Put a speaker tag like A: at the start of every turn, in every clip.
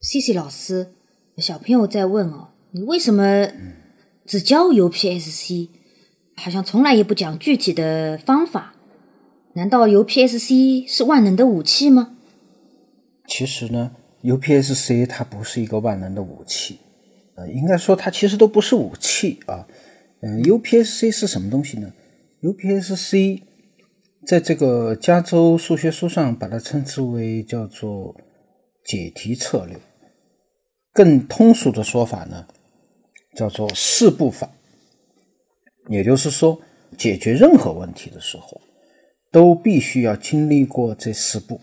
A: C C 老师，小朋友在问哦，你为什么只教 U P S C，好像从来也不讲具体的方法？难道 U P S C 是万能的武器吗？
B: 其实呢，UPSC 它不是一个万能的武器，呃，应该说它其实都不是武器啊。嗯，UPSC 是什么东西呢？UPSC 在这个加州数学书上把它称之为叫做解题策略，更通俗的说法呢，叫做四步法。也就是说，解决任何问题的时候，都必须要经历过这四步。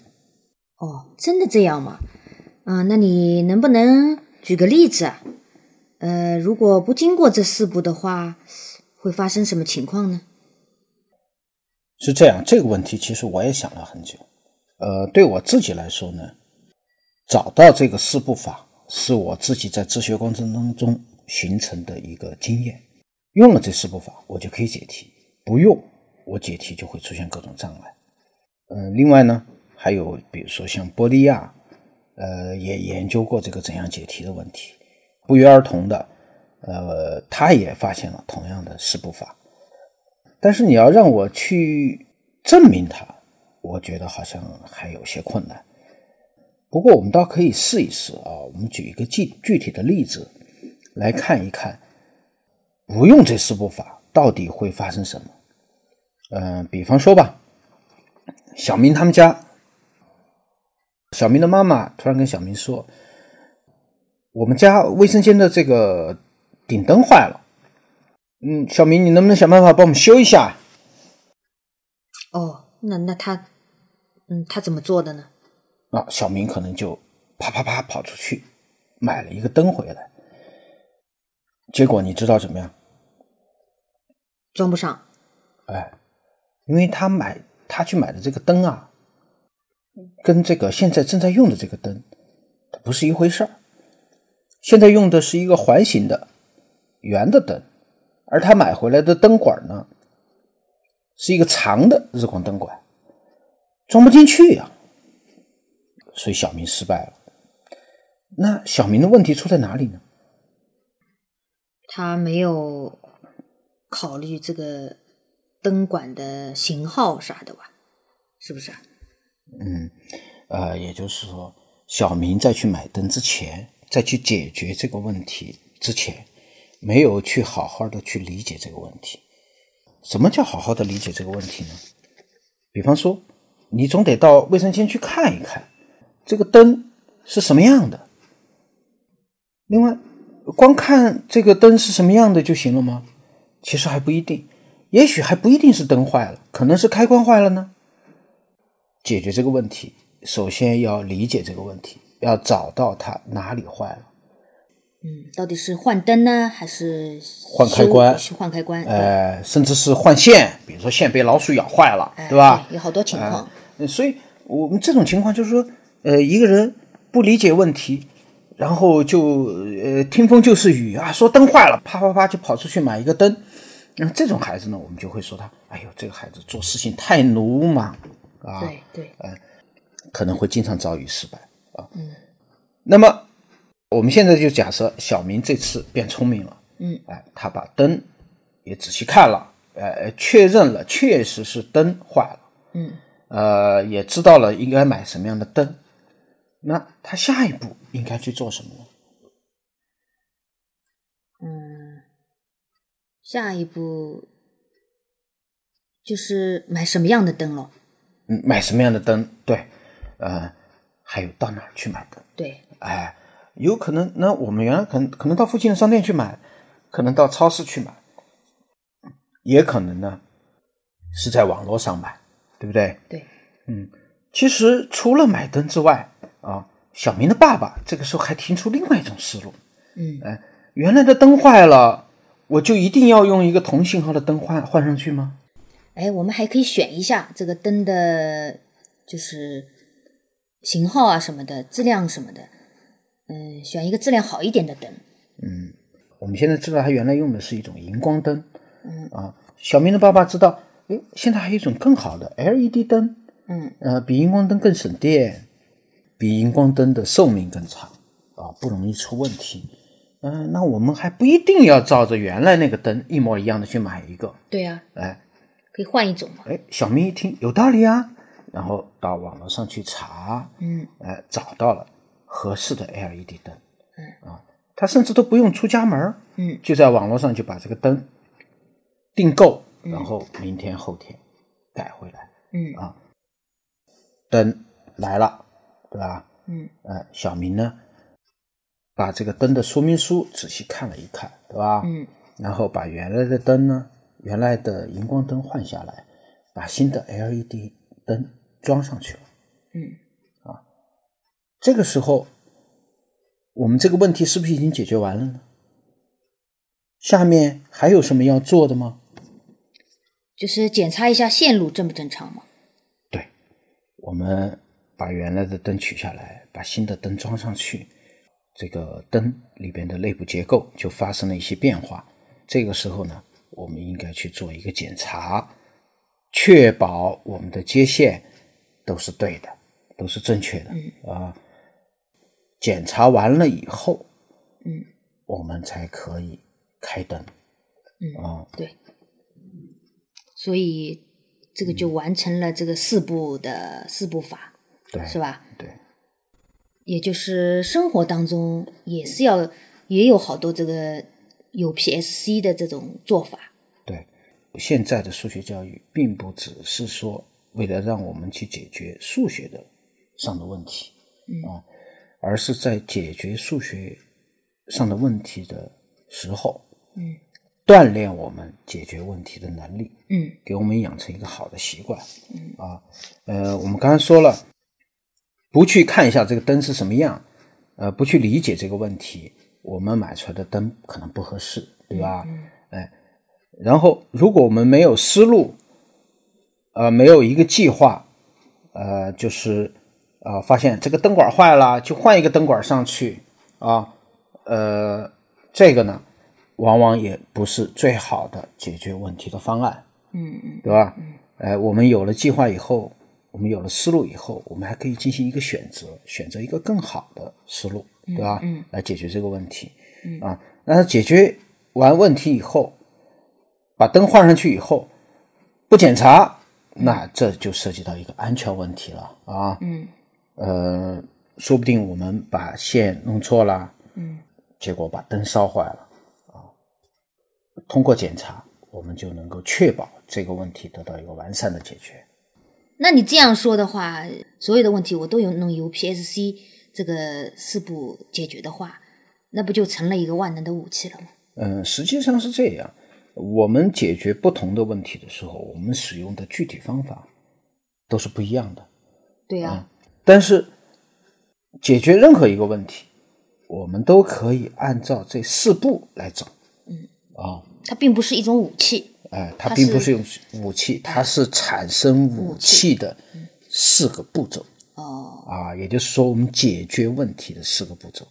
A: 哦，真的这样吗？啊、那你能不能举个例子啊？呃，如果不经过这四步的话，会发生什么情况呢？
B: 是这样，这个问题其实我也想了很久。呃，对我自己来说呢，找到这个四步法是我自己在自学过程当中形成的一个经验。用了这四步法，我就可以解题；不用，我解题就会出现各种障碍。嗯、另外呢，还有比如说像波利亚，呃，也研究过这个怎样解题的问题，不约而同的，呃，他也发现了同样的四步法。但是你要让我去证明它，我觉得好像还有些困难。不过我们倒可以试一试啊，我们举一个具具体的例子来看一看，不用这四步法到底会发生什么。嗯、比方说吧，小明他们家，小明的妈妈突然跟小明说：“我们家卫生间的这个顶灯坏了。”嗯，小明，你能不能想办法帮我们修一下？
A: 哦，那那他，嗯，他怎么做的呢？
B: 啊，小明可能就啪啪啪跑出去买了一个灯回来，结果你知道怎么样？
A: 装不上。
B: 哎，因为他买他去买的这个灯啊，跟这个现在正在用的这个灯，它不是一回事儿。现在用的是一个环形的圆的灯，而他买回来的灯管呢，是一个长的日光灯管，装不进去呀、所以小明失败了。那小明的问题出在哪里呢？
A: 他没有考虑这个灯管的型号啥的吧？是不是啊？
B: 呃，也就是说，小明在去买灯之前，在去解决这个问题之前，没有去好好的去理解这个问题。什么叫好好的理解这个问题呢？比方说，你总得到卫生间去看一看，这个灯是什么样的。另外，光看这个灯是什么样的就行了吗？其实还不一定，也许还不一定是灯坏了，可能是开关坏了呢。解决这个问题，首先要理解这个问题，要找到它哪里坏了。
A: 嗯，到底是换灯呢，还是
B: 换开关
A: 修换开关，对
B: 呃，甚至是换线，比如说线被老鼠咬坏了，
A: 哎
B: 对吧？
A: 有好多情况。
B: 呃所以我们这种情况就是说，呃，一个人不理解问题，然后就呃听风就是雨啊，说灯坏了，啪啪啪就跑出去买一个灯。那这种孩子呢，我们就会说他，哎呦，这个孩子做事情太鲁莽啊，
A: 对对，
B: 可能会经常遭遇失败啊。那么我们现在就假设小明这次变聪明了，嗯，哎，他把灯也仔细看了，哎、哎确认了确实是灯坏了，嗯，呃，也知道了应该买什么样的灯。那他下一步应该去做什么呢？
A: 下一步就是买什么样的灯咯？
B: 嗯，买什么样的灯？对，呃，还有到哪儿去买灯？
A: 对，
B: 哎，有可能，那我们原来可能可能到附近的商店去买，可能到超市去买，也可能呢是在网络上买，对不对？
A: 对，
B: 其实除了买灯之外啊，小明的爸爸这个时候还提出另外一种思路，
A: 嗯，
B: 哎，原来的灯坏了，我就一定要用一个同型号的灯换换上去吗？
A: 哎，我们还可以选一下这个灯的，就是型号啊什么的，质量什么的，嗯，选一个质量好一点的灯。
B: 我们现在知道他原来用的是一种荧光灯，嗯啊，小明的爸爸知道，诶，现在还有一种更好的 LED 灯，
A: 嗯，
B: 呃，比荧光灯更省电，比荧光灯的寿命更长啊、啊，不容易出问题。嗯、那我们还不一定要照着原来那个灯一模一样的去买一个。
A: 对呀、
B: 哎
A: 可以换一种嘛。
B: 哎，小明一听有道理啊，然后到网络上去查，
A: 嗯，
B: 哎，找到了合适的 LED 灯。嗯啊，他甚至都不用出家门儿
A: 嗯，
B: 就在网络上就把这个灯订购，然后明天后天改回来。
A: 嗯
B: 啊，灯来了，对吧？
A: 嗯
B: 呃，小明呢，把这个灯的说明书仔细看了一看，对吧？
A: 嗯
B: 然后把原来的灯呢，原来的荧光灯换下来，把新的 LED 灯装上去了。
A: 嗯
B: 这个时候，我们这个问题是不是已经解决完了呢？下面还有什么要做的吗？
A: 就是检查一下线路正不正常嘛。
B: 对，我们把原来的灯取下来，把新的灯装上去，这个灯里边的内部结构就发生了一些变化。这个时候呢，我们应该去做一个检查，确保我们的接线都是对的，都是正确的啊、检查完了以后，
A: 嗯，
B: 我们才可以开灯
A: 嗯，
B: 啊、
A: 对。所以这个就完成了这个四步的四步法，
B: 对，
A: 是？吧？
B: 对，
A: 也就是生活当中也是要也有好多这个有 PSC 的这种做法。
B: 对，现在的数学教育并不只是说为了让我们去解决数学的上的问题，
A: 嗯
B: 啊，而是在解决数学上的问题的时候，
A: 嗯
B: 锻炼我们解决问题的能力，
A: 嗯
B: 给我们养成一个好的习惯。啊，呃，我们刚才说了，不去看一下这个灯是什么样，呃，不去理解这个问题，我们买出来的灯可能不合适，对吧？
A: 嗯
B: 哎，然后如果我们没有思路，呃，没有一个计划，呃，就是呃，发现这个灯管坏了，就换一个灯管上去啊，呃，这个呢，往往也不是最好的解决问题的方案。
A: 嗯嗯，
B: 对吧？哎，我们有了计划以后，我们有了思路以后，我们还可以进行一个选择，选择一个更好的思路，对吧？嗯，来解决这个问题。嗯啊，然后解决完问题以后，把灯换上去以后，不检查，那这就涉及到一个安全问题了啊。
A: 嗯，
B: 呃，说不定我们把线弄错了，
A: 嗯，
B: 结果把灯烧坏了。啊通过检查，我们就能够确保这个问题得到一个完善的解决。
A: 那你这样说的话，所有的问题我都有能由 PSC 这个四步解决的话，那不就成了一个万能的武器了吗？
B: 嗯，实际上是这样，我们解决不同的问题的时候，我们使用的具体方法都是不一样的。
A: 对啊呀、
B: 但是，解决任何一个问题，我们都可以按照这四步来走。嗯，啊、
A: 它并不是一种武器。
B: 哎，它
A: 它
B: 并不
A: 是
B: 是用武器，它是产生武器的四个步骤。
A: 哦，
B: 啊，也就是说我们解决问题的四个步骤。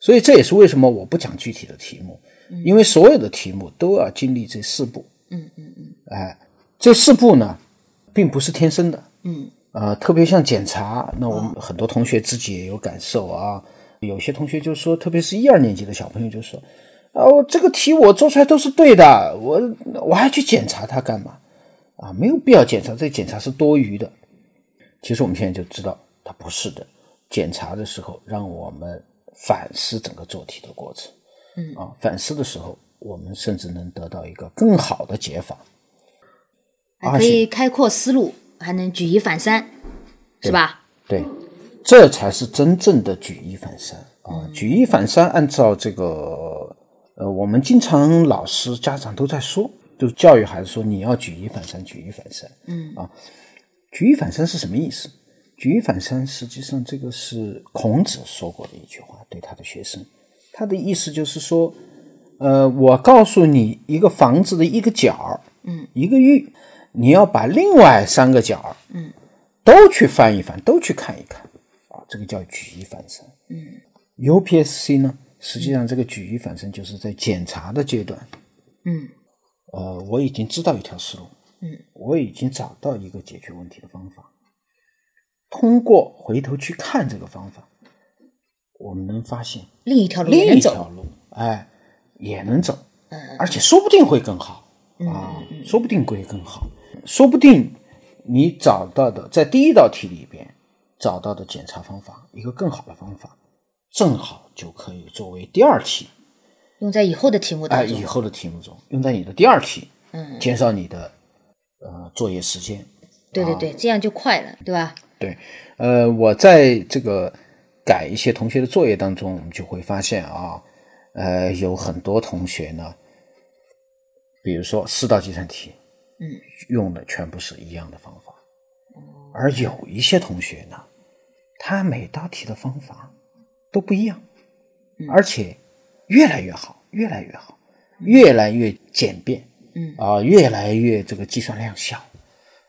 B: 所以这也是为什么我不讲具体的题目，因为所有的题目都要经历这四步。
A: 嗯嗯嗯
B: 哎，这四步呢，并不是天生的。
A: 嗯
B: 呃，特别像检查，那我们很多同学自己也有感受啊。有些同学就说，特别是一二年级的小朋友就说：“哦，这个题我做出来都是对的，我我还去检查它干嘛？啊，没有必要检查，这检查是多余的。”其实我们现在就知道它不是的。检查的时候，让我们反思整个做题的过程。
A: 嗯
B: 啊，反思的时候，我们甚至能得到一个更好的解法。啊
A: 还可以开阔思路，还能举一反三，是吧？
B: 对，这才是真正的举一反三啊！
A: 嗯
B: 举一反三，按照这个呃，我们经常老师、家长都在说，就教育孩子说你要举一反三，举一反三。
A: 嗯
B: 啊，举一反三是什么意思？举一反三，实际上这个是孔子说过的一句话，对他的学生，他的意思就是说，呃，我告诉你一个房子的一个角儿，
A: 嗯，
B: 一个域，你要把另外三个角儿，
A: 嗯，
B: 都去翻一翻，都去看一看，啊，这个叫举一反三。嗯，UPSC 呢，实际上这个举一反三就是在检查的阶段，
A: 嗯
B: 呃，我已经知道一条思路，
A: 嗯，
B: 我已经找到一个解决问题的方法。通过回头去看这个方法，我们能发现
A: 另一条路也
B: 另
A: 能
B: 一
A: 走。
B: 条路，哎，也能走，而且说不定会更好啊，说不定会更好，说不定你找到的在第一道题里边找到的检查方法，一个更好的方法，正好就可以作为第二题，
A: 用在以后的题目
B: 哎，
A: 当中
B: 以，后的题目中用在你的第二题，减少你的呃作业时间，
A: 对
B: 啊
A: 对对，这样就快了，对吧？
B: 对，呃，我在这个改一些同学的作业当中，我们就会发现啊，呃，有很多同学呢，比如说四道计算题，
A: 嗯，
B: 用的全部是一样的方法，
A: 哦
B: 而有一些同学呢，他每道题的方法都不一样，
A: 嗯
B: 而且越来越好，越来越好，越来越简便，
A: 嗯
B: 啊、越来越这个计算量小，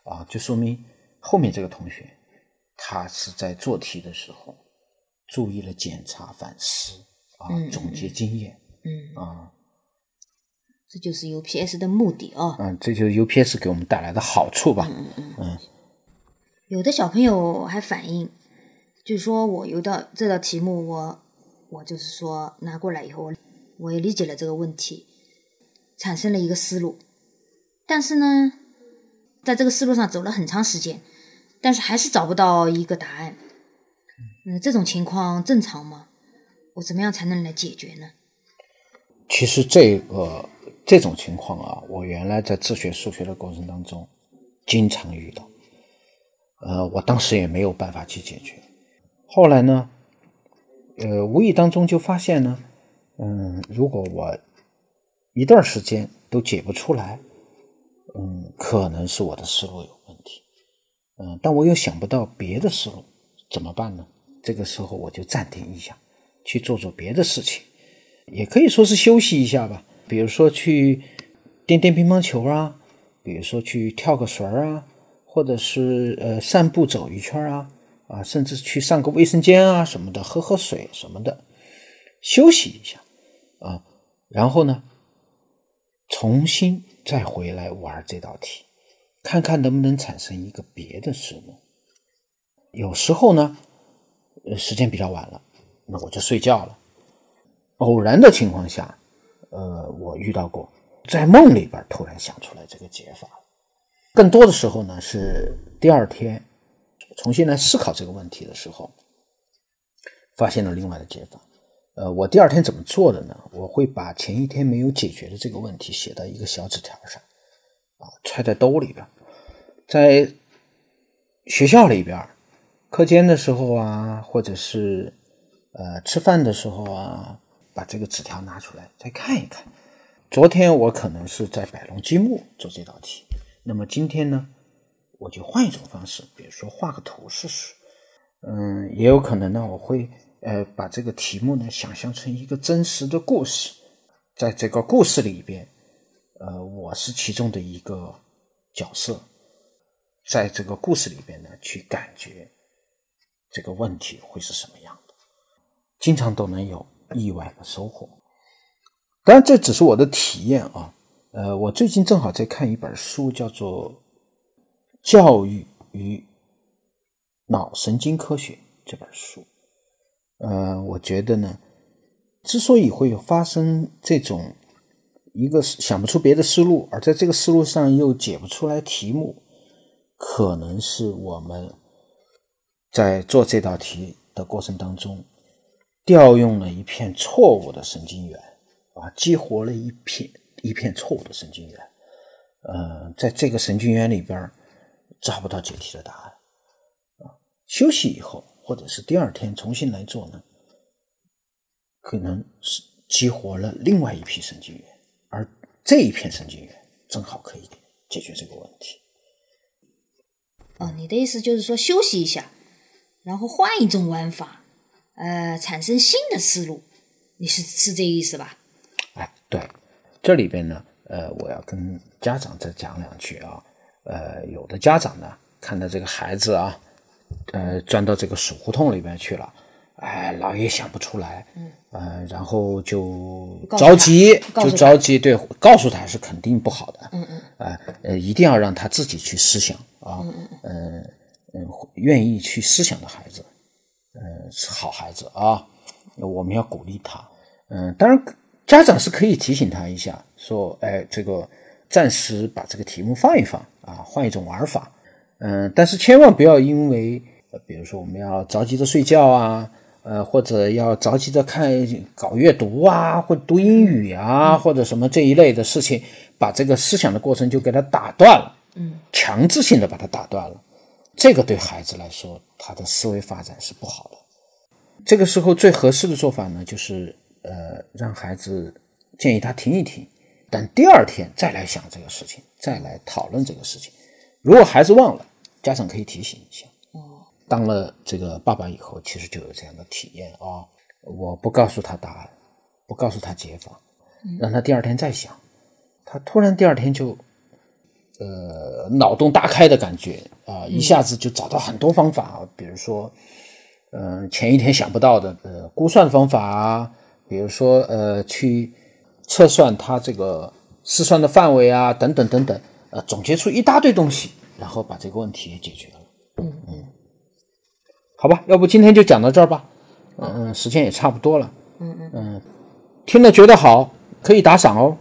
B: 啊，就说明后面这个同学他是在做题的时候注意了检查反思啊，总结经验
A: 嗯，
B: 啊，
A: 这就是 UPS 的目的啊、
B: 嗯，这就是 UPS 给我们带来的好处吧。
A: 有的小朋友还反映，就是说我有道这道题目我，我就是说拿过来以后，我也理解了这个问题，产生了一个思路，但是呢，在这个思路上走了很长时间，但是还是找不到一个答案。嗯，这种情况正常吗？我怎么样才能来解决呢？
B: 其实这个这种情况啊，我原来在自学数学的过程当中经常遇到，呃，我当时也没有办法去解决。后来呢，呃，无意当中就发现呢，嗯，如果我一段时间都解不出来，嗯，可能是我的思路有问题，嗯，但我又想不到别的思路，怎么办呢？这个时候我就暂停一下，去做做别的事情。也可以说是休息一下吧，比如说去颠颠乒乓球啊，比如说去跳个绳儿啊，或者是呃散步走一圈啊，啊，甚至去上个卫生间啊什么的，喝喝水什么的，休息一下啊，然后呢，重新再回来玩这道题，看看能不能产生一个别的思路。有时候呢，呃，时间比较晚了，那我就睡觉了。偶然的情况下，呃，我遇到过，在梦里边突然想出来这个解法。更多的时候呢，是第二天重新来思考这个问题的时候，发现了另外的解法。呃，我第二天怎么做的呢？我会把前一天没有解决的这个问题写到一个小纸条上，啊，揣在兜里边，在学校里边课间的时候啊，或者是呃吃饭的时候啊，把这个纸条拿出来再看一看。昨天我可能是在摆龙积木做这道题，那么今天呢，我就换一种方式，比如说画个图试试。嗯，也有可能呢，我会呃把这个题目呢想象成一个真实的故事，在这个故事里边，呃，我是其中的一个角色，在这个故事里边呢去感觉这个问题会是什么样的。经常都能有意外的收获。当然，这只是我的体验啊。呃，我最近正好在看一本书，叫做《教育与脑神经科学》这本书。呃，我觉得呢，之所以会有发生这种一个想不出别的思路，而在这个思路上又解不出来题目，可能是我们在做这道题的过程当中调用了一片错误的神经元，啊，激活了一片一片错误的神经元。呃，在这个神经元里边儿找不到解题的答案。啊，休息以后，或者是第二天重新来做呢，可能是激活了另外一批神经元，而这一片神经元正好可以解决这个问题。
A: 哦，你的意思就是说休息一下，然后换一种玩法，呃，产生新的思路，你是是这个意思吧？
B: 哎，对，这里边呢，呃，我要跟家长再讲两句啊。呃，有的家长呢，看到这个孩子啊，呃，钻到这个死胡同里边去了，哎，老也想不出来，嗯，呃，然后就
A: 告诉他
B: 着急，
A: 告诉
B: 就
A: 他
B: 着急，对，告诉他是肯定不好的，嗯嗯，呃呃，一定要让他自己去思想啊，嗯嗯、呃，愿意去思想的孩子，呃，是好孩子啊，我们要鼓励他。嗯，当然家长是可以提醒他一下，说，哎，这个暂时把这个题目放一放啊，换一种玩法。嗯，但是千万不要因为，呃比如说我们要着急着睡觉啊，呃，或者要着急着看搞阅读啊，或读英语啊，或者什么这一类的事情，把这个思想的过程就给它打断了，嗯，强制性的把它打断了，这个对孩子来说，他的思维发展是不好的。这个时候最合适的做法呢，就是呃，让孩子建议他停一停，等第二天再来想这个事情，再来讨论这个事情。如果孩子忘了，家长可以提醒一下。当了这个爸爸以后，其实就有这样的体验啊。我不告诉他答案，不告诉他解法，让他第二天再想。他突然第二天就，呃，脑洞大开的感觉啊、一下子就找到很多方法，比如说，呃，前一天想不到的呃估算方法啊，比如说呃去测算它这个试算的范围啊，等等等等，呃，总结出一大堆东西，然后把这个问题也解决了。嗯嗯，好吧，要不今天就讲到这儿吧。呃嗯，时间也差不多了。嗯嗯嗯，听了觉得好，可以打赏哦。